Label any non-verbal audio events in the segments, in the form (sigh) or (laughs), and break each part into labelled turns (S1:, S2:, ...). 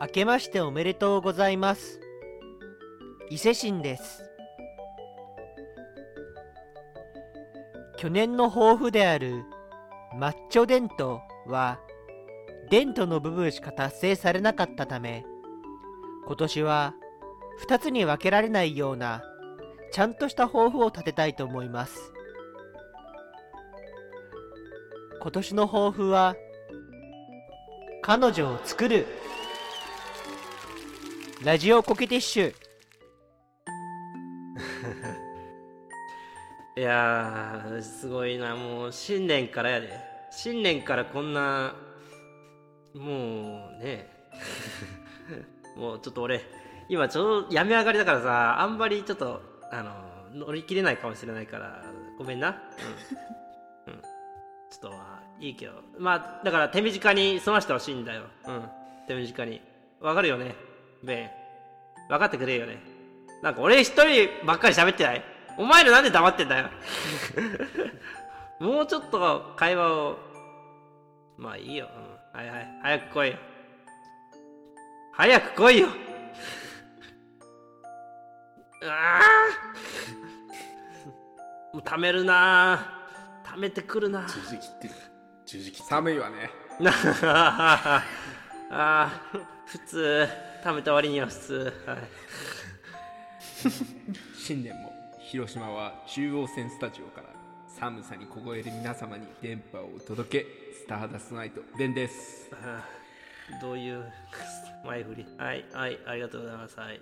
S1: 明けましておめでとうございます伊勢神です去年の抱負であるマッチョデントはデントの部分しか達成されなかったため今年は2つに分けられないようなちゃんとした抱負を立てたいと思います今年の抱負は彼女を作るラジオコケティッシュ
S2: いやーすごいなもう新年からやで新年からこんなもうね (laughs) もうちょっと俺今ちょうど病み上がりだからさあんまりちょっとあの乗り切れないかもしれないからごめんなうん、うん、ちょっとまあいいけどまあだから手短に済ましてほしいんだようん手短にわかるよねベン分かってくれよねなんか俺一人ばっかり喋ってないお前らなんで黙ってんだよ (laughs) もうちょっと会話をまあいいよ、うん、はいはい早く来いよ早く来いよ (laughs) うわー (laughs) もう溜めるなあ溜めてくるなあ
S3: 十字切ってる十字切って寒いわね
S2: な (laughs) ああ普通食べた割には普通はい
S3: 新年も広島は中央線スタジオから寒さに凍える皆様に電波をお届けスターダストナイトデンです
S2: あーどういう前振りはいはいありがとうございますはい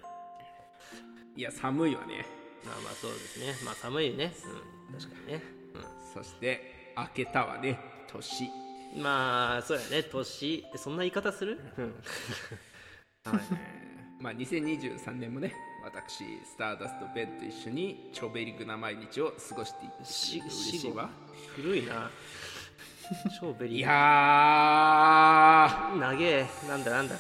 S3: いや寒いわね
S2: まあまあそうですねまあ寒いねうん確かにね
S3: そして明けたわね年
S2: うんまあそうやね年そんな言い方するうん
S3: まあ2023年もね私スターダストベンと一緒にちょべりぐな毎日を過ごしてい
S2: し
S3: き嬉
S2: 死
S3: しい
S2: 後
S3: わ
S2: 古い
S3: (laughs)
S2: な超ベリー
S3: いやーワ
S2: 長えなんだ (laughs) なんだ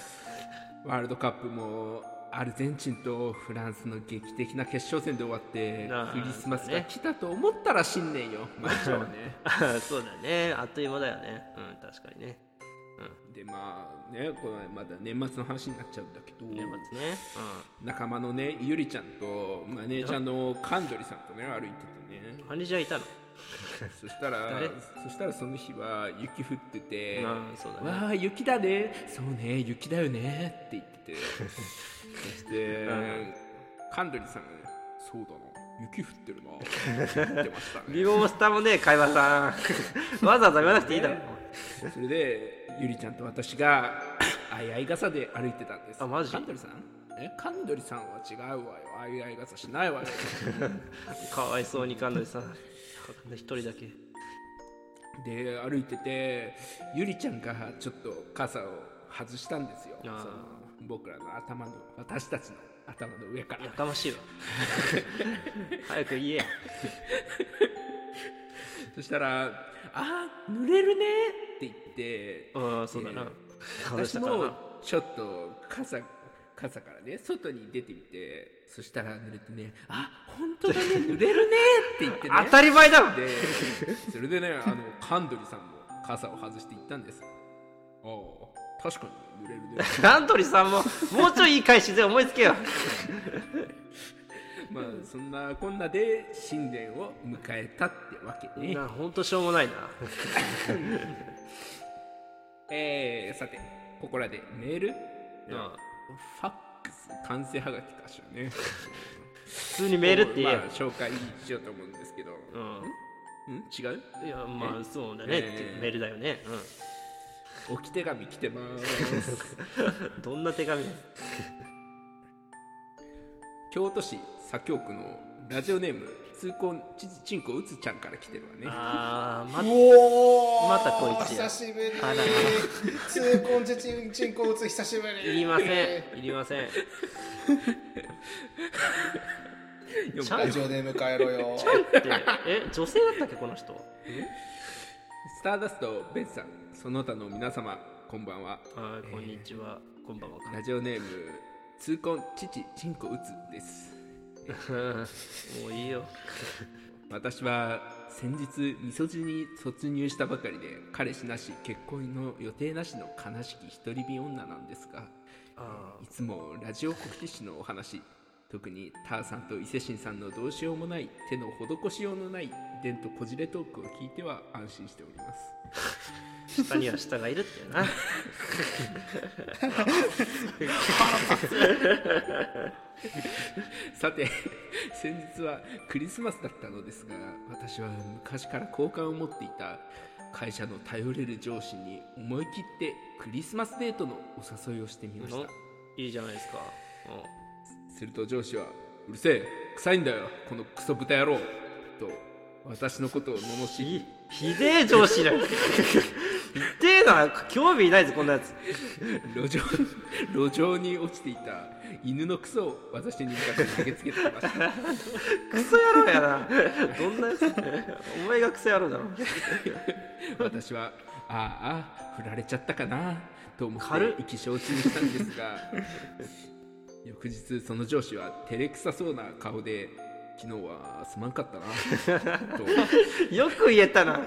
S3: ールドカップもアルゼンチンとフランスの劇的な決勝戦で終わって
S2: あー
S3: クリスマスが来たと思ったら新年よマジはね
S2: そうだねあっという間だよねうん確かにね
S3: でまあねこのまだ年末の話になっちゃうんだけど
S2: 年末ね
S3: 仲間のねゆりちゃんとマネージャーのカンドリさんとね歩いててね
S2: うんマネージャーいたの
S3: そしたら
S2: 誰、
S3: そしたらその日は雪降ってて、
S2: うんそうだね
S3: わあ雪だね、そうね雪だよねって言ってて、そ
S2: (laughs)
S3: して、カンドリさんがね、そうだな、雪降っ
S2: (laughs)
S3: てるなって言ってました
S2: ビ
S3: ね。
S2: モースターもね会話さんわざわざ言わなくていいだろ
S3: それでゆりちゃんと私が (coughs) あいあい傘で歩いてたんです。
S2: あマジ
S3: カンドリさん？えカンドリさんは違うわよ、あいあい傘しないわよ。
S2: (laughs) かわいそうにカンドリさんこんな一人だけ
S3: で歩いててゆりちゃんがちょっと傘を外したんですよそ
S2: あー
S3: の僕らの頭の私たちの頭の上から
S2: やかましいわ早く言え
S3: そしたら「あー濡れるね」って言って
S2: うんそうだな
S3: で
S2: そうでし
S3: 私
S2: たからな
S3: もちょっと傘傘からね外に出てみてそしたら濡れてね「あ本当だ
S2: (laughs)
S3: ね濡れるね」って言ってね
S2: 当たり前だろ
S3: でそれでねあのカンドリさんも傘を外して行ったんですああ確かに濡れるね
S2: カントリさんももうちょいいい返しで思いつけよ
S3: まあそんなこんなで新年を迎えたってわけね。
S2: なほんとしょうもないな
S3: えー、さてここらでメール、
S2: うん
S3: ファックス完成はがきかしらね。
S2: 普通にメールって言えよ
S3: まあ、紹介しようと思うんですけど。
S2: う
S3: うん違うん
S2: いやまあそうだね、
S3: えー
S2: ってメールだよね、
S3: 置き手紙来
S2: (laughs)
S3: てます。
S2: うん、どんな手紙だよ
S3: 京都市左京区のラジオネーム通行ちちんこうつちゃんから来てるわね。
S2: あーま
S4: おお
S2: またこいつや
S4: 久しぶり
S2: あらら
S4: 痛恨でチンチンコ打つ久しぶり
S2: いりませんいりません
S3: 読む
S2: ちゃん
S4: ラジオで迎えろよ
S2: ってえ女性だったっけこの人
S3: スターダストベンさんその他の皆様こんばんは。
S2: あーこんにちは、こんばんは
S3: ラジオネーム痛恨父チンコ打つです
S2: もういいよ
S3: 私は先日味噌汁に卒入したばかりで彼氏なし結婚の予定なしの悲しき独り身女なんですが
S2: あ
S3: いつもラジオ国旗市のお話特にターさんと伊勢神さんのどうしようもない手の施しようのない伝とこじれトークを聞いては安心しております
S2: ー下には下がいるってな
S3: さて (laughs) 先日はクリスマスだったのですが私は昔から好感を持っていた会社の頼れる上司に思い切ってクリスマスデートのお誘いをしてみました
S2: のいいじゃないですかうん
S3: すると上司は「うるせえ臭いんだよこのクソ豚野郎」と私のことを罵り
S2: ひひでえ上司だひでえな興味ないぞこんなやつ
S3: 路上路上に落ちていた犬のクソを私に向かって投げつけてきました
S2: クソ野郎やなどんなやつお前がクソ野郎だろ
S3: 私はああ振られちゃったかなと思
S2: 軽っ
S3: って意気消沈したんですが翌日その上司は照れくさそうな顔で昨日はすまんかったなと
S2: よく言えたな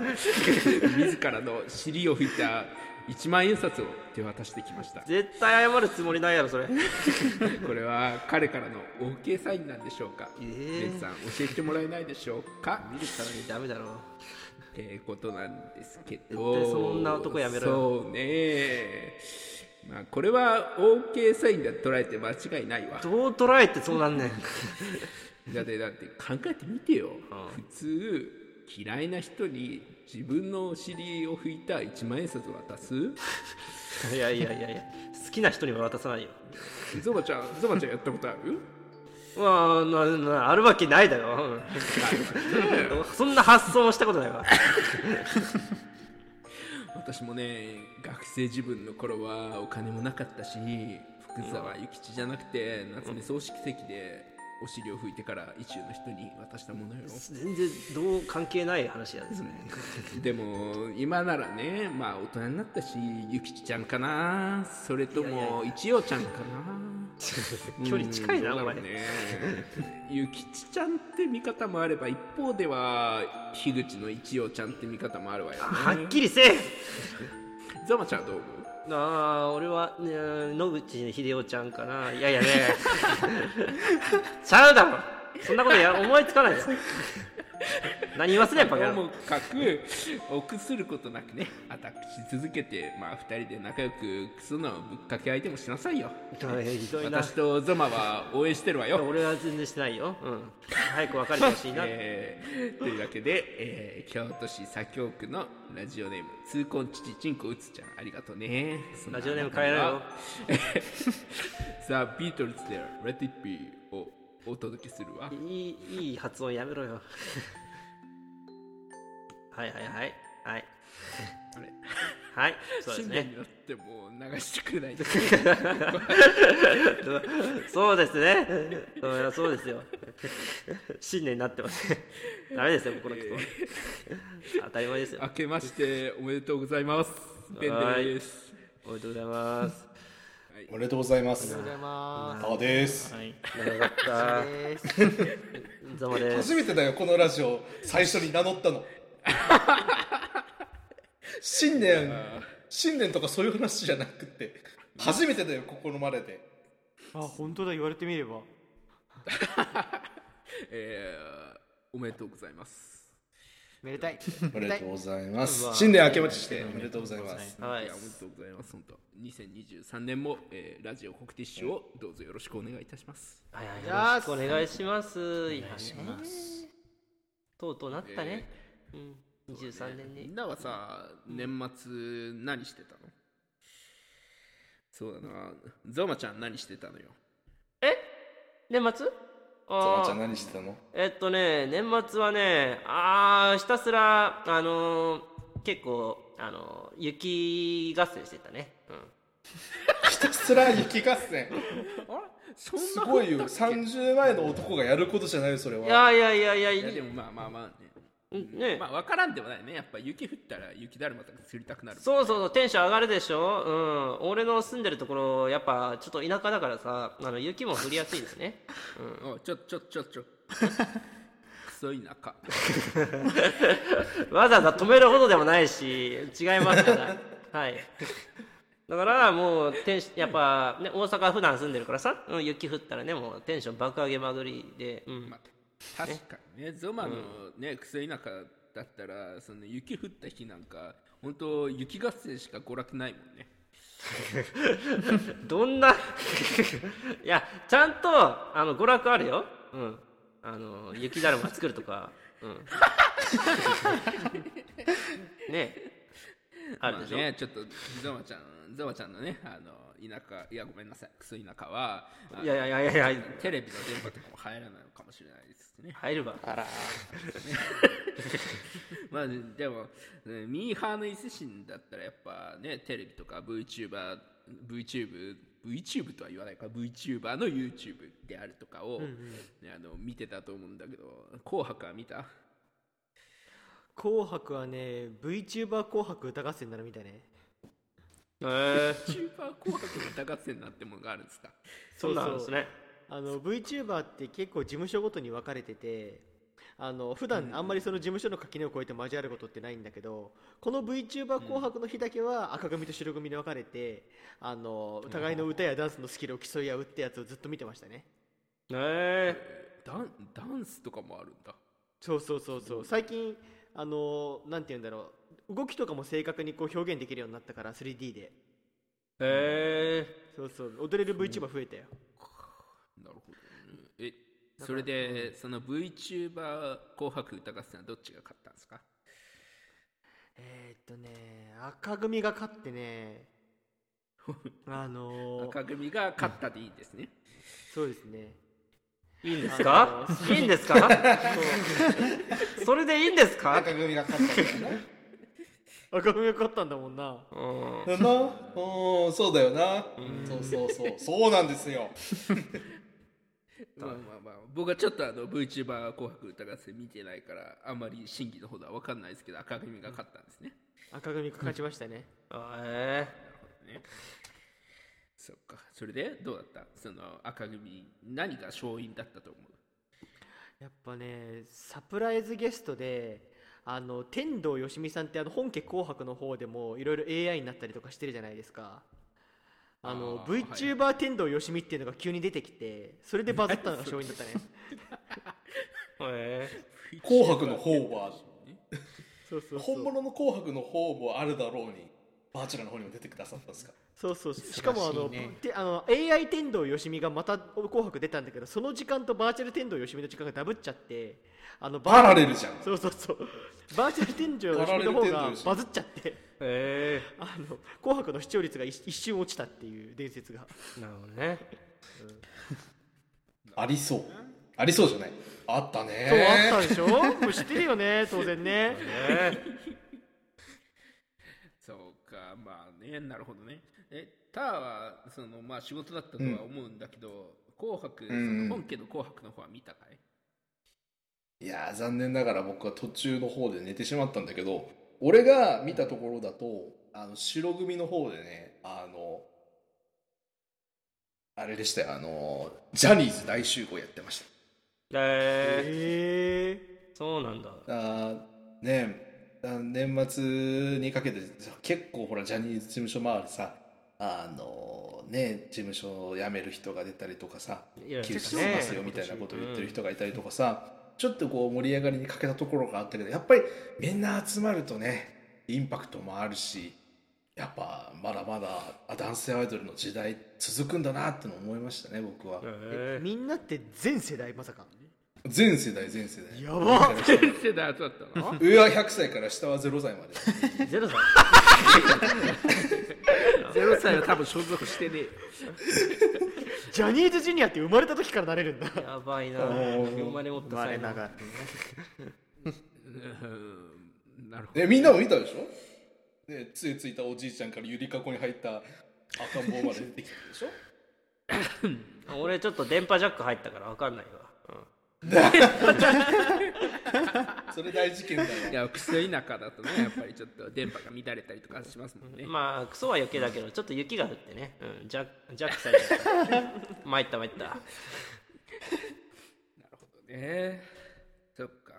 S3: 自らの尻を拭いた1万円札を手渡してきました
S2: 絶対謝るつもりないやろそれ
S3: これは彼からの OK サインなんでしょうか、
S2: えー
S3: レンさん教えてもらえないでしょうか
S2: 見るからにダメだろ
S3: ってことなんですけど
S2: 絶対そんな男やめろよ
S3: そうねまあこれは OK サインだと捉えて間違いないわ
S2: どう捉えてそうなんねん
S3: だってだって考えてみて
S2: (laughs)
S3: よ、
S2: ん
S3: 普通嫌いな人に自分のお尻を拭いた一万円札渡す
S2: (laughs) いやいやいやいや好きな人には渡さないよ
S3: ゾバちゃんゾバちゃんやったことある
S2: まあななあるわけないだろうんそんな発想もしたことないわ
S3: 私もね学生自分の頃はお金もなかったし福沢諭吉じゃなくて夏目漱石席でお尻を拭いてから一中の人に渡したものよ
S2: 全然どう関係ない話やですね
S3: でも今ならねまあ大人になったしゆきちちゃんかなそれと
S2: いやいや
S3: も一葉ちゃんか
S2: (laughs)
S3: な
S2: 距離近いな
S3: うん
S2: お前
S3: どうだろうねゆきちちゃんって見方もあれば一方では樋口の一葉ちゃんって見方もあ
S2: (laughs)
S3: るわよ、ね、
S2: はっきりせえ
S3: ざまちゃんはどう思
S2: ああ俺は、ね、野口英世ちゃんかないやいやねちゃうだろそんなことや思いつかないよ何言わせないバカ野
S3: うと
S2: 郎
S3: もかく臆することなくねアタックし続けてまあ二人で仲良くクソのぶっかけ相手もしなさいよ
S2: ひどいな
S3: 私とゾマは応援してるわよ
S2: 俺は全然してないよ、うん、早く別れてほしいな、
S3: えーというわけで、えー京都市左京区のラジオネーム痛恨父ちんこうつちゃんありがとうね
S2: ラジオネーム変えろよ
S3: ザ・ビートルズで「Let It Be」をお届けするわ
S2: いいいい発音やめろよはいはいはいはい
S3: あれ
S2: はいそうです
S3: 深夜
S2: ね
S3: になってもう流してく
S2: (laughs)
S3: れないで
S2: そうですねそうそうですよ新年になってますねダメですよこの人は当たり前ですよ
S3: 明けましておめでとうございますベンデです
S2: おめでとうございます
S4: おめでとうございます
S1: おはようございま
S4: タワです
S2: はい長かった
S1: すで
S5: (laughs)
S1: す
S2: ざまで
S4: 初
S2: す
S4: めてだよこのラジオ最初に名乗ったの新年新年とかそういう話じゃなくて初めてだよここのまでで
S1: あ本当だ言われてみれば
S3: えーおめでとうございます
S1: めでたい
S4: おめでとうございます
S2: うわ
S4: 新年明けましておめでとうございます
S2: はい
S3: やおめでとうございます本当2023年も、えーラジオ国ティッシュをどうぞよろしくお願いいたします
S2: はいはいよろしくお願いしますいやねとうとうなったね、うん23年
S3: み
S2: に
S3: んなはさ年末何してたのそうだなゾマちゃん何してたのよ
S2: 年末
S4: ゾ
S2: あ
S4: マ
S2: あ
S4: ちゃん何してたの
S2: えっとね年末はねあーひたすらあのー結構あのー雪合戦してたね、うん、
S4: ひたすら雪合戦
S3: そ
S4: すごいよ30前の男がやることじゃないよそれはい
S2: やいやいやいやい
S3: いやでもまあまあまあね
S2: ね
S3: まあ分からんでもないねやっぱ雪降ったら雪だるまとか釣りたくなる
S2: そうそうそうテンション上がるでしょ、うん、俺の住んでるところやっぱちょっと田舎だからさあの雪も降りやすいです
S3: (laughs)
S2: ね
S3: おいちょちょちょ
S2: (laughs)
S3: ちょクソ田舎
S2: わざわざ止めるほどでもないし違いますからはいだからもうテンシやっぱ、ね、大阪普段住んでるからさ、うん、雪降ったらねもうテンション爆上げまぐりで、うん
S3: まあ、確かにねゾマのねクソ田舎だったらその雪降った日なんか本当雪合戦しか娯楽ないもんね
S2: どんな (laughs) いやちゃんとあの娯楽あるよ、うん、あの雪だるま作るとか、うん、 (laughs) ねあるでしょ、
S3: まあね、ちょっとゾマちゃんゾマちゃんのねあの田舎いやごめんなさいクソ田舎はあの
S2: いやいやいやいやいや
S3: テレビの電波とかも入らないのかもしれないですね
S2: 入るわ
S3: まあでもねミーハーの伊勢神だったらやっぱねテレビとか VTuberVTuber VTube とは言わないか VTuber の YouTube であるとかを、ね、あの見てたと思うんだけど「紅白」は見た
S5: 紅白はね VTuber 紅白歌合戦になるみたいね
S2: へえ
S3: ?VTuber 紅白歌合戦なんてものがあるんですか
S2: そんなんですね
S5: あの VTuber って結構事務所ごとに分かれててあの普段あんまりその事務所の垣根を越えて交わることってないんだけどこの VTuber 紅白の日だけは赤組と白組に分かれてあのお互いの歌やダンスのスキルを競い合うってやつをずっと見てましたね
S2: へ
S3: ダンダンスとかもあるんだ
S5: そうそうそうそう最近あのなんて言うんだろう動きとかも正確にこう表現できるようになったから 3D で
S2: えへ
S5: そうそう踊れる VTuber 増えたよ
S3: なるほどねえそれでその VTuber 紅白歌合戦はどっちが勝ったんですか
S5: えーっとね赤組が勝って (laughs) ねあの
S3: 赤組が勝ったでいいんですね、
S5: そうですね
S2: えいいんですかいいんですかそれでいいんですか
S4: 赤組が勝ったんだよ
S5: (laughs) 赤組が勝ったんだもんな
S2: うん
S4: ななうんそうだよなそうそうそうそうなんですよ
S3: まあまあまあ僕はちょっとあの VTuber 紅白歌合戦見てないからあんまり真偽のほどは分かんないですけど赤組が勝ったんですね、
S5: 赤組が勝ちましたね
S2: え
S3: ねそっかそれでどうだったその赤組何が勝因だったと思う
S5: やっぱねサプライズゲストであの天童よしみさんってあの本家「紅白」の方でもいろいろ AI になったりとかしてるじゃないですかあの
S3: あー
S5: VTuber 天童よしみっていうのが急に出てきてそれでバズったのが勝因だったね
S2: ー、え
S4: 紅白の方は
S5: (laughs) そうそうそう
S4: 本物の紅白の方もあるだろうにバーチャルの方にも出てくださったんですか
S5: そうそうしかもあの,、
S4: ね
S5: てあの AI 天童よしみがまた「紅白」出たんだけどその時間とバーチャル天童よしみの時間がダブっちゃってあのバ
S4: パラレルじゃん
S5: そうそうそうバーチャル天童よしみの方
S4: バラレル天童
S5: が
S4: よしみ
S5: バズっちゃって
S2: ー、え
S5: あの紅白の視聴率が一一瞬落ちたっていう伝説が
S2: ー、なるほどね
S4: ありそうありそうじゃないあったね
S5: そうあったでしょこれ知ってるよね当然ね
S2: え
S3: そうかまあねなるほどねえターはそのまあ仕事だったとは思うんだけど、紅白そ
S4: うん
S3: の本家の紅白の方は見たかい、
S4: いやー残念ながら僕は途中の方で寝てしまったんだけど俺が見たところだとあの白組の方でねあのあれでしたよあのジャニーズ大集合やってまし
S2: ー、え
S5: へえ
S2: ー、そうなんだ
S4: たあーねあ年末にかけて結構ほらジャニーズ事務所周りさあのね事務所を辞める人が出たりとかさ
S2: いや
S4: 休止し
S2: ね
S4: ますよみたいなことを言ってる人がいたりとかさ、ちょっとこう盛り上がりに欠けたところがあったけどやっぱりみんな集まるとねインパクトもあるしやっぱまだまだあ男性アイドルの時代続くんだなっての思いましたね僕は
S2: えー
S5: みんなって全世代まさか
S4: 全世代全世代
S5: やば
S3: 全世代集まっ
S4: (laughs)
S3: たの
S4: 上は100歳から下は0歳まで
S2: ゼロさん
S3: 0歳は多分所属してねえよ
S5: ジャニーズジュニアって生まれた時からなれるんだ
S2: やばいな
S4: おー
S2: 生まれ持った才能
S5: がら
S3: うんなるほど
S4: ねみんなも見たでしょね杖ついたおじいちゃんからゆりかこに入った赤ん坊まで出てきたでしょ
S2: 俺ちょっと電波ジャック入ったから分かんないわ、
S4: それ大事件だよ
S3: いや、クソ田舎だとね、やっぱりちょっと電波が乱れたりとかしますもんね
S2: うん。まあクソは余計だけどちょっと雪が降ってね、うん、ジャックジャックされちゃった参った参った
S3: ねえそっか。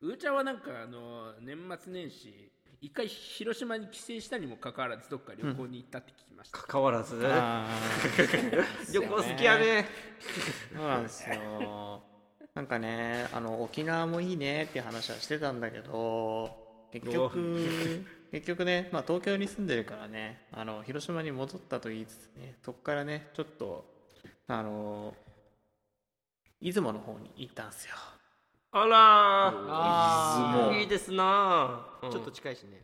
S3: うーちゃんはなんか、あの、年末年始、一回広島に帰省したにもかかわらずどっか旅行に行ったって聞きました、
S2: かかわらず
S5: あー
S2: 旅行好きやね
S5: そうなんですよなんかねあの沖縄もいいねっていう話はしてたんだけど結局結局ね、まあ、東京に住んでるからねあの広島に戻ったと言いつつねそこからねちょっとあの出雲の方に行ったんですよ
S2: あら
S1: あ
S4: ー
S2: いいですなあ、
S1: ちょっと近いしね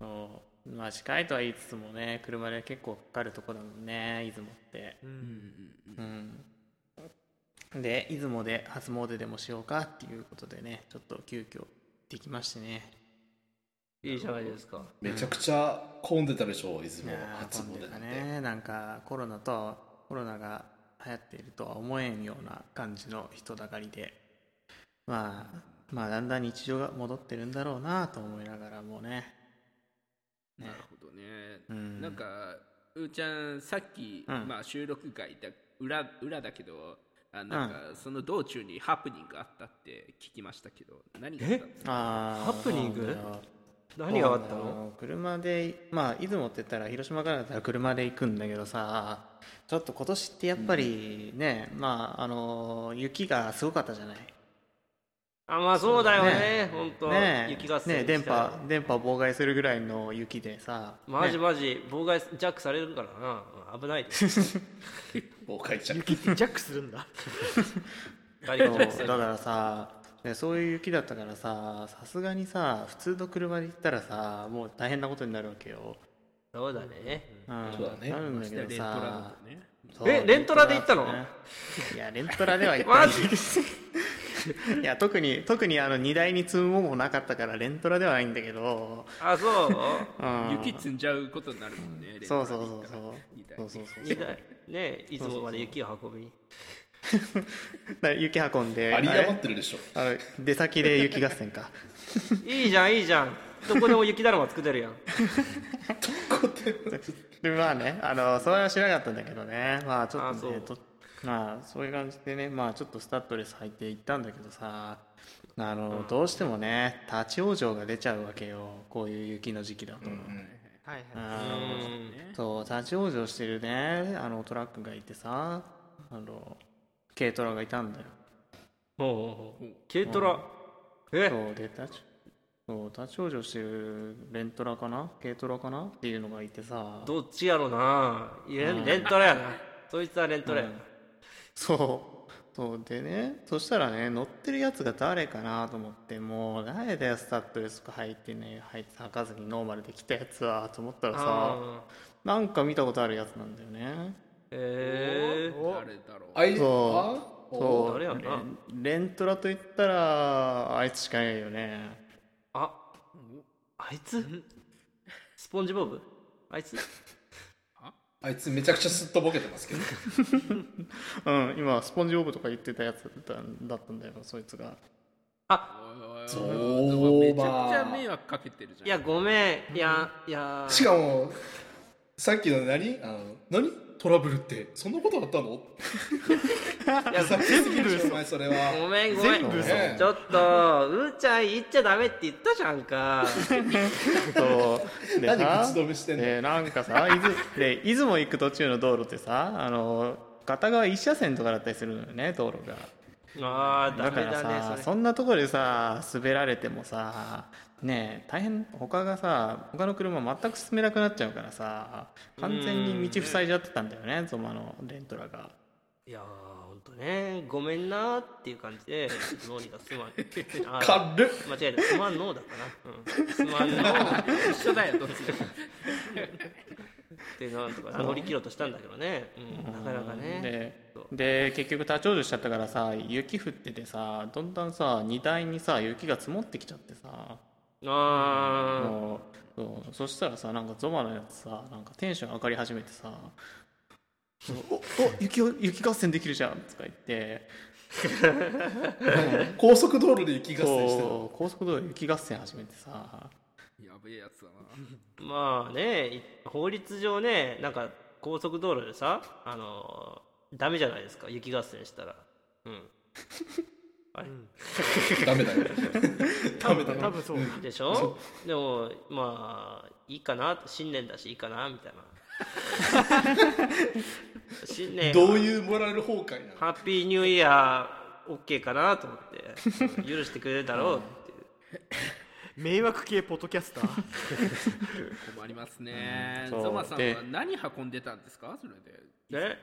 S5: そうまあ近いとは言いつつもね車で結構かかるとこだもんね出雲って
S1: うん
S5: うん、で出雲で初詣でもしようかっていうことでねちょっと急遽できましてね
S2: いいじゃないですか
S4: めちゃくちゃ混んでたでしょ出雲
S5: あ
S4: 初
S5: なんてい
S4: 詣
S5: う
S4: な
S5: か
S4: んて、
S5: ねなんかコロナとはコロナが流行っているとは思えんような感じの人だかりでまあまあだんだん日常が戻ってるんだろうなと思いながらもうね
S3: なるほどね、
S5: うん
S3: なんかうーちゃんさっき、
S5: うん
S3: まあ、収録外だ裏裏だけどあなんかその道中にハプニングあったって聞きましたけど何があったんですか
S5: あー
S2: ハプニング
S5: そうなんだよ
S2: 何があったの
S5: の車でまあ出雲って言ったら広島からだったら車で行くんだけどさちょっと今年ってやっぱりね、まああの雪がすごかったじゃない
S2: あまあそうだよね
S5: ね
S2: 本当、
S5: ねえ
S2: 雪合戦
S5: ねえ電
S2: したら
S5: 波電波を妨害するぐらいの雪でさ
S2: マジ
S5: ね
S2: マジ、妨害ジャックされるからなうん危ないです
S1: (laughs)
S4: もう書いちゃう
S1: 雪ってジャックする
S2: (laughs)
S1: んだ
S2: ガリガリジャック
S5: そう
S2: される
S5: だからさねそういう雪だったからささすがにさ普通の車で行ったらさもう大変なことになるわけよ、
S2: そうだね
S5: うん
S4: そうだね
S5: なるんだ
S3: 明日
S5: け
S3: レン
S5: ど
S3: トラ
S5: さ
S3: だとね
S5: そう
S2: えレントラで行ったの
S5: レントラだねいやレントラでは行ったんだけどいや特に特にあの荷台に積むものもなかったからレントラではないんだけど、
S2: あそう
S5: うん
S3: 雪積んじゃうことになるもんねレンタ
S5: そ
S3: ル
S5: うそうそう
S3: で行った
S5: そ
S3: ら
S5: う
S3: みた
S5: そ
S3: いな
S5: うそうそう
S2: みたいねいつもまで雪を運びに
S5: だから雪運んで
S4: あり
S5: あれ
S4: 余ってるでしょ
S5: あの出先で雪合戦か (laughs)
S2: いいじゃんいいじゃんどこでも雪だるま作ってるやん
S5: でまあねあのそれはしなかったんだけどねまあちょっとね
S2: あそう
S5: とまあそういう感じでねまあちょっとスタッドレス履いて行ったんだけどさあのどうしてもね立ち往生が出ちゃうわけよこういう雪の時期だと、
S1: はいはい
S2: うん
S5: そう立ち往生してるねあのトラックがいてさあの軽トラがいたんだよ
S2: ほうほうほう軽トラえ
S5: そうで立ちそう立ち往生してるレントラかな軽トラかなっていうのがいてさ
S2: どっちやろなレンレントラやなそいつはレントラやな
S5: そうそうでねそしたらね乗ってるやつが誰かなと思ってもう誰だよスタッドレスとか履いてね履いて履かずにノーマルで来たやつはと思ったらさ
S2: あー
S5: なんか見たことあるやつなんだよね
S2: えー
S3: 誰だろう
S4: あい
S5: そ
S4: あ
S5: う
S4: お
S5: そう
S2: 誰やろな
S5: レントラと言ったらあいつしかいないよね
S2: ああいつスポンジボブあいつ
S4: あいつめちゃくちゃすっとぼけてますけど
S5: うん今スポンジオブとか言ってたやつだったんだったんだよそいつが
S4: 相
S3: めちゃくちゃ
S4: 場
S3: 迷惑かけてるじゃん
S2: いやごめんいやいや
S4: しかもさっきの何あの何トラブルってそんなことあったの
S2: いや
S4: 全部嘘お前それは
S2: ごめんごめん
S4: 嘘
S2: ちょっとうーちゃん言っちゃダメって言ったじゃんか
S4: (laughs)
S5: そうで
S4: 何
S5: さ
S4: 口止めしてんの
S5: でなんかさ伊豆で出雲行く途中の道路ってさあの片側一車線とかだったりするのよね道路が
S2: あーダ
S5: だか
S2: メ
S5: らさ
S2: だね
S5: そ
S2: それ
S5: んなところでさ滑られてもさねえ大変他がさ他の車全く進めなくなっちゃうからさ完全に道塞いじゃってたんだよねゾマのレントラが
S2: いやーほんとねごめんなーっていう感じでどうにかすまんあー
S4: 軽っ
S2: 間違えたすまんのーだったな、うん、すまんのー
S3: 一緒だよどっち
S2: (laughs)
S3: でも
S2: ってなんとか乗り切ろうとしたんだけどね、うん、なかなかね
S5: でで結局立ち往生しちゃったからさ雪降っててさどんどんさ荷台にさ雪が積もってきちゃってさ
S2: あ
S5: もうそうそしたらさなんかゾマのやつさなんかテンション上がり始めてさ「おお雪を雪合戦できるじゃん」とか言って
S4: 高速道路で雪合戦してる
S5: そう高速道路で雪合戦始めてさ
S3: やべえやつだな
S2: ーまあねい法律上ねなんか高速道路で
S1: (laughs)
S2: さあのーダメじゃないですか雪合戦したらうんあれ
S1: うん
S4: ダメだよ (laughs) ダメだ
S1: 多
S4: よ
S1: 分そう、
S2: でしょでもまあいいかな新年だしいいかなみたいな
S1: (laughs)
S2: 新年
S4: どういうモラル崩壊なの
S2: ハッピーニューイヤー OK かなと思って許してくれるだろうっていう
S1: 迷惑系ポッドキャスター
S3: 困りますね、
S5: うんそう
S3: ゾマさん
S5: で
S3: は何運んでたんですかそれで
S2: ね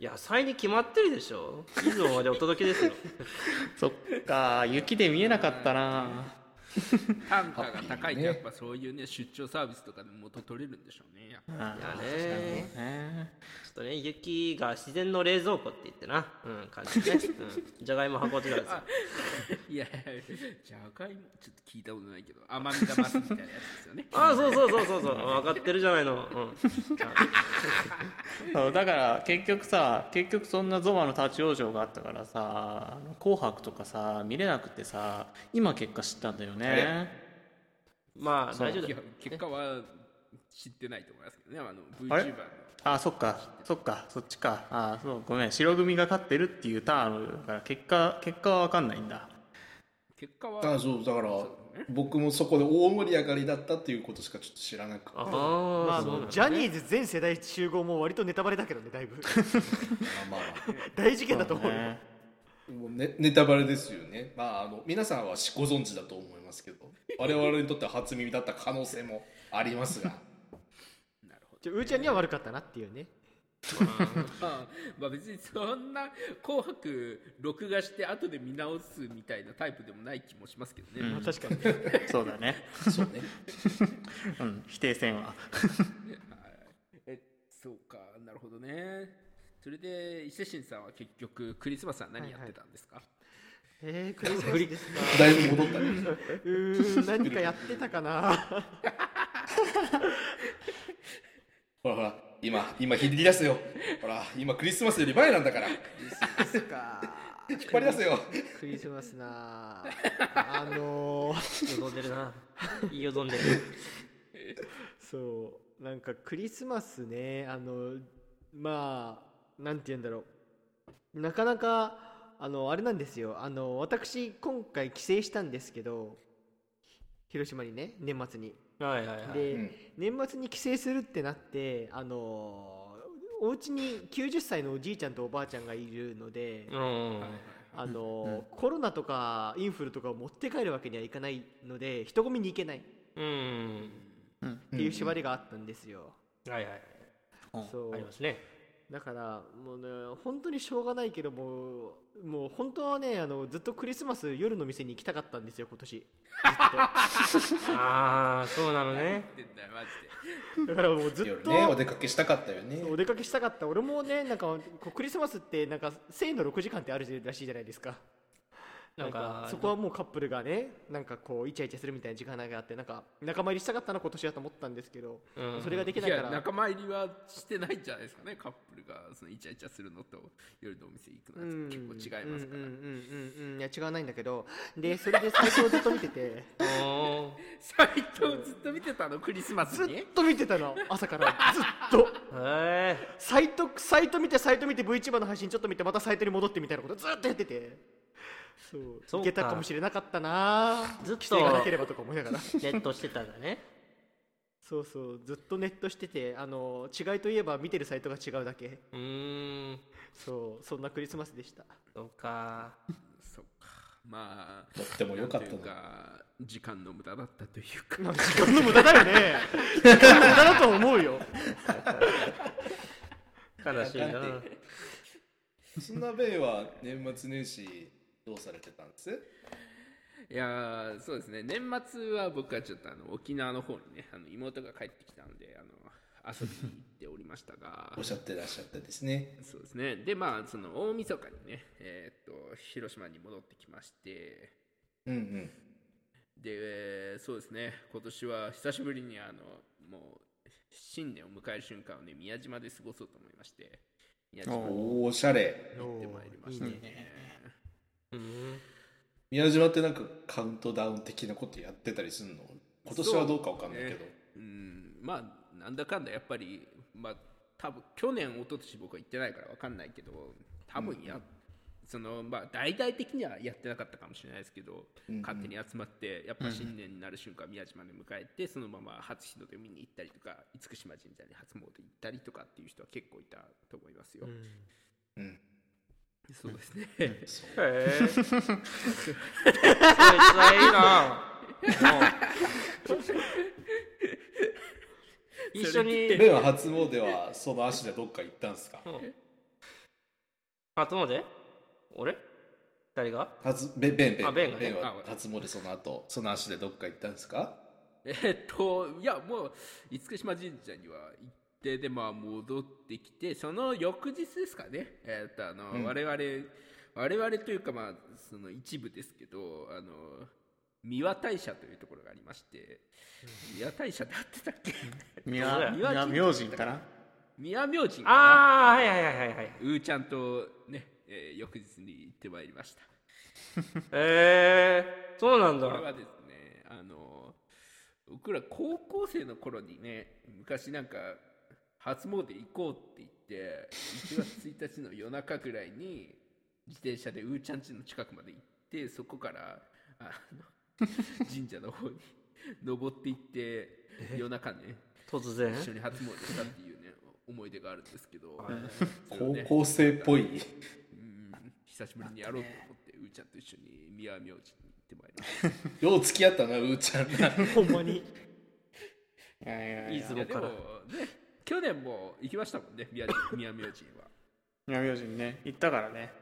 S2: 野菜に決まってるでしょ出雲までお届けですよ
S5: (laughs) そっか雪で見えなかったな
S3: 単価が高いと
S4: ハッピーね
S3: やっぱそういうね出張サービスとかで元取れるんでしょうねやっぱ
S5: あ
S2: いやね
S5: ーね
S2: ちょっとね雪が自然の冷蔵庫って言ってなうん感じで (laughs) ね、うん、じゃがいも運んでたんですよ
S3: いやいやじゃがいもちょっと聞いたことないけど甘みが増すみたいなやつですよね
S2: ああそうそうそうそうそう分かってるじゃないの、うん、
S5: そうだから結局さ結局そんなゾマの立ち往生があったからさ「紅白」とかさ見れなくてさ今結果知ったんだよね
S2: まあ
S5: そう
S2: 大丈夫
S3: い
S2: だ
S3: や
S2: よ
S3: 結果は知ってないと思いますけどねあの
S5: あれ
S3: VTuber の
S5: あそっかそっかそっちかあそうごめん白組が勝ってるっていうターンだから結果結果は分かんないんだ
S3: 結果は
S4: あそうだから僕もそこで大盛り上がりだったっていうことしかちょっと知らなくて
S2: ああ、
S1: まあ
S2: そうなんだ
S1: ジャニーズ全世代集合も割とネタバレだけどねだいぶ
S4: まあまあ
S1: 大事件だと思う
S5: そ
S1: よ
S5: うね
S4: もうね、ネタバレですよね、まあ、あの皆さんはご存知だと思います
S1: (laughs)
S4: けど我々にとっては初耳だった可能性もありますが
S1: (laughs)
S4: (laughs)
S1: ちょうーちゃんには悪かったなっていうね
S3: まあ、まあ別にそんな「紅白」録画して後で見直すみたいなタイプでもない気もしますけどね、
S5: うん
S1: まあ確かに (laughs)
S5: そうだね
S4: そうね
S5: (laughs) うん否定せんわ
S3: えそうかなるほどねそれで伊勢神さんは結局クリスマスは何やってたんですか、
S1: えー、クリスマスですか
S4: だいぶ戻ったね
S1: うーん何かやってたかな
S4: ほらほら今今引き出すよほら今クリスマスより前なんだから引
S1: ですか
S4: っ張り出すよ
S1: クリスマスなあのー、
S2: よどんでるな。いいよどんでる。
S1: そうなんかクリスマスねあのまあなんて言うんだろうなかなかあのあれなんですよあの私今回帰省したんですけど広島にね年末に
S2: (laughs) はいはいはい。
S1: で、
S4: うん
S1: 年末に帰省するってなってあのお家に90歳のおじいちゃんとおばあちゃんがいるので、
S2: うん。
S1: あのコロナとかインフルとかを持って帰るわけにはいかないので人混みに行けないっ
S2: うん。
S1: ていう縛りがあったんですよ、
S2: はいはい。
S5: うん
S1: そう
S2: ありますね。
S1: だからもうね本当にしょうがないけどももう本当はねあのずっとクリスマス夜の店に行きたかったんですよ今年
S2: ああ、そうなのね。
S3: 言ってんだよマジで
S1: だからもうずっ
S4: 夜
S1: と
S4: ねお出かけしたかったよね
S1: お出かけしたかった俺もねなんかこうクリスマスってなんか生の6時間ってあるらしいじゃないですか
S2: なんか
S1: そこはもうカップルがねなんかこうイチャイチャするみたいな時間があってなんか仲間入りしたかったな今年はと思ったんですけど、
S2: うん
S1: それができないいか
S3: や
S1: ら
S3: 仲間入りはしてないんじゃないですかねカップルがそのイチャイチャするのと夜のお店行くのは結構違いますから、
S1: うんうんうんうんうんいや違わないんだけどでそれで最初ずっと見て
S3: (laughs)
S1: て
S2: お
S3: サイトをずっと見てたのクリスマス
S1: ずっ
S3: に
S1: と見てたの朝からずっと
S2: ー。へえ。
S1: サイトサイト見てサイト見て VTuber の配信ちょっと見てまたサイトに戻ってみたいなことずっとやっててそう
S2: そう
S1: い
S2: か
S1: けたかもしれなかったなぁ
S2: ずっと
S1: 規制がなければとか思いながら
S2: ネットしてたんだね。
S1: そうそうずっとネットしててあの違いといえば見てるサイトが違うだけ
S2: うーん。
S1: そうそんなクリスマスでした
S2: そうか。
S3: そっかまあ
S4: とっても良かった
S3: なん
S4: な
S3: ていうか時間の無駄だったというか
S1: まあ時間の無駄だよね時間の無駄だと思うよ
S2: 悲しいな。
S4: そんなべは年末年始どうされてたんです
S3: いやーそうですね年末は僕はちょっとあの沖縄の方にねあの妹が帰ってきたのであの遊びに行っておりましたが
S4: (laughs) おっしゃってらっしゃったですね
S3: そうですねでまあその大晦日にねえーっと広島に戻ってきまして
S4: うんうん
S3: でえーそうですね今年は久しぶりにあのもう新年を迎える瞬間をね宮島で過ごそうと思いまして宮島に
S4: おーおしゃれ
S3: 行ってまいりました
S1: おー
S3: ね
S1: い
S2: う
S1: い
S2: ん。
S4: 宮島ってなんかカウントダウン的なことやってたりするの今年はどうかわかんないけど、
S3: うんまあなんだかんだやっぱりまあ多分去年一昨年僕は行ってないからわかんないけど多分や、そのまあ大々的にはやってなかったかもしれないですけど、
S4: うんうん
S3: 勝手に集まってやっぱ新年になる瞬間宮島で迎えて、そのまま初日の出見に行ったりとか厳島神社に初詣行ったりとかっていう人は結構いたと思いますよ、
S4: うん
S3: そうですね、
S2: えそいつはいいなもう一緒に
S4: では初詣はその足でどっか行ったんですか
S2: 初詣俺誰が
S4: 初ベベンベ
S2: あ
S4: ン
S2: ベンがね
S4: ベンは
S3: あ
S4: 初詣その後その足でどっか行ったんですか
S3: えーっといやもう厳島神社には行ってでまあ戻ってきてその翌日ですかねえーっとあの、
S4: うん
S3: 我々我々というかまあその一部ですけどあの三輪大社というところがありまして三輪大社ってあってたっけ
S5: み
S2: そうだ
S5: や
S2: よ
S5: みや明神かな
S3: 三輪明神かな
S2: ああはいはいはいはいはいう
S3: ーちゃんとね、えー翌日に行ってまいりました
S2: えー、そうなん
S3: これ
S2: だ
S3: はですねあの僕ら高校生の頃にね昔なんか初詣行こうって言って1月1日の夜中ぐらいに自転車でうーちゃん家の近くまで行ってそこからあの神社の方に登って行って夜中ね
S2: 突然
S3: 一緒に初詣したっていうね思い出があるんですけど、
S4: 高校生っぽい
S3: うん久しぶりにやろうと思ってうーちゃんと一緒に宮明神に行ってまいりました
S4: よう付き合ったなうーちゃんな
S1: ほんまに
S5: いやいやい
S2: 出
S5: や
S2: 雲
S3: で
S2: か
S3: も
S2: ら
S3: ね去年も行きましたもんね宮城宮明神は、 (laughs)
S5: 宮明神ね行ったからね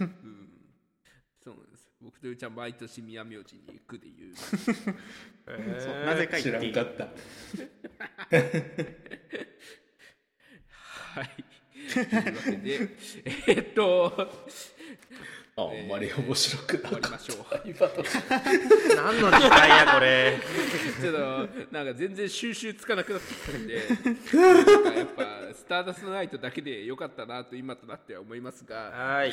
S3: うん、そうなんです僕とゆうちゃん毎年宮明神に行くでいう
S5: そうなぜか
S4: 知
S5: 行
S4: ら
S5: ってい
S4: ん
S5: い
S4: かった
S3: はいというわけで (laughs) えーっと
S4: あんまり面白くな
S3: 終
S4: か
S3: わり
S4: っ
S3: ましょう
S4: た今の
S2: 何の時間やこれ
S3: ちょっとなんか全然収集つかなくなってきたんでなんかやっぱスターダストナイトだけでよかったなと今となっては思いますが
S2: はーい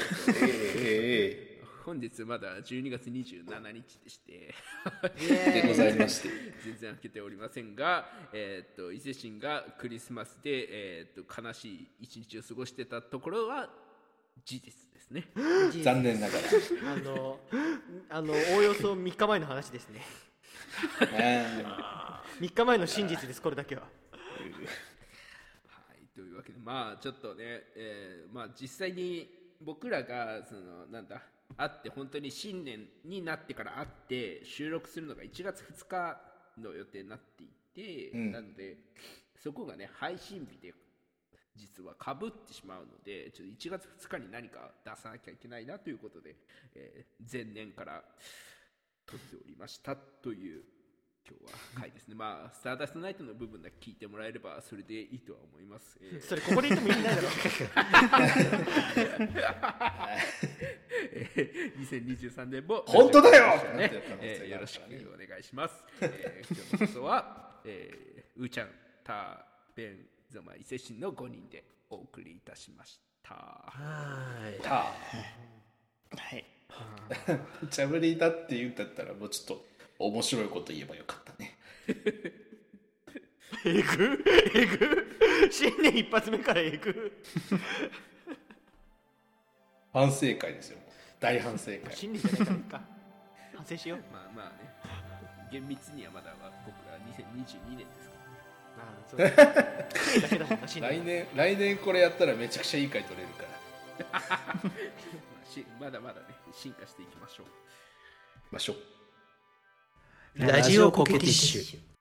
S4: ええ
S3: 本日まだ12月27日でして
S4: ええでございま
S3: (laughs)
S4: して
S3: 全然開けておりませんが、えーっと伊勢神がクリスマスで、えーっと悲しい一日を過ごしてたところは事実ですね。
S4: 残念なが
S1: あのあのおおよそ3日前の話ですね
S4: ら、ね
S1: 3日前の真実ですこれだけは
S3: はい、というわけでまあちょっとね、えーまあ、実際に僕らがそのなんだ会って本当に新年になってから会って収録するのが1月2日の予定になっていて、
S4: うん
S3: なのでそこがね配信日で実はかぶってしまうのでちょっと1月2日に何か出さなきゃいけないなということで、えー前年から撮っておりましたという今日は回ですねまあスターダストナイトの部分だけ聞いてもらえればそれでいいとは思います、えー
S1: それここで言っても意味ないだろ
S3: えー2023年も
S4: 本当だよ
S3: ね
S4: え
S3: え
S4: ー
S3: ーよろしくお願いします、えー今日の放送は、えー、うーちゃんたーべんざま伊勢神の5人でお送りいたしました
S2: はい
S4: たあ (laughs)
S5: はい
S4: ちゃぶりだって言うんだったらもうちょっと面白いこと言えばよかったね
S1: えぐえぐ新年一発目からえぐ
S4: 反省会ですよ大反省会
S1: 新年じゃないからいいか反省しよう
S3: まあまあね厳密にはまだは僕ら2022年ですからね
S1: ああそうだだけだもんな新
S4: 来
S1: 年
S4: 年来年これやったらめちゃくちゃいい回取れるから
S3: まあしまだまだね進化していきましょう
S4: まあしょ
S1: ラジオコケティッシュ